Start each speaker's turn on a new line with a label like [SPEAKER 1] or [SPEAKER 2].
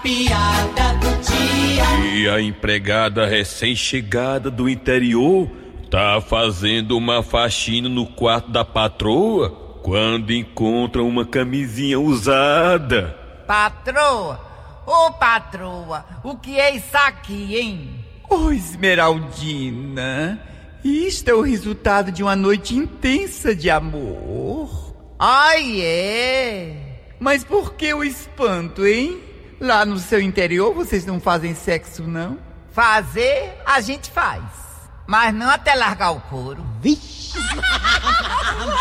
[SPEAKER 1] piada do dia.
[SPEAKER 2] E a empregada recém-chegada do interior tá fazendo uma faxina no quarto da patroa quando encontra uma camisinha usada.
[SPEAKER 3] Patroa, ô patroa, o que é isso aqui, hein?
[SPEAKER 4] Ô Esmeraldina, isto é o resultado de uma noite intensa de amor.
[SPEAKER 3] Ai, é.
[SPEAKER 4] Mas por que o espanto, hein? Lá no seu interior vocês não fazem sexo, não?
[SPEAKER 3] Fazer, a gente faz. Mas não até largar o couro.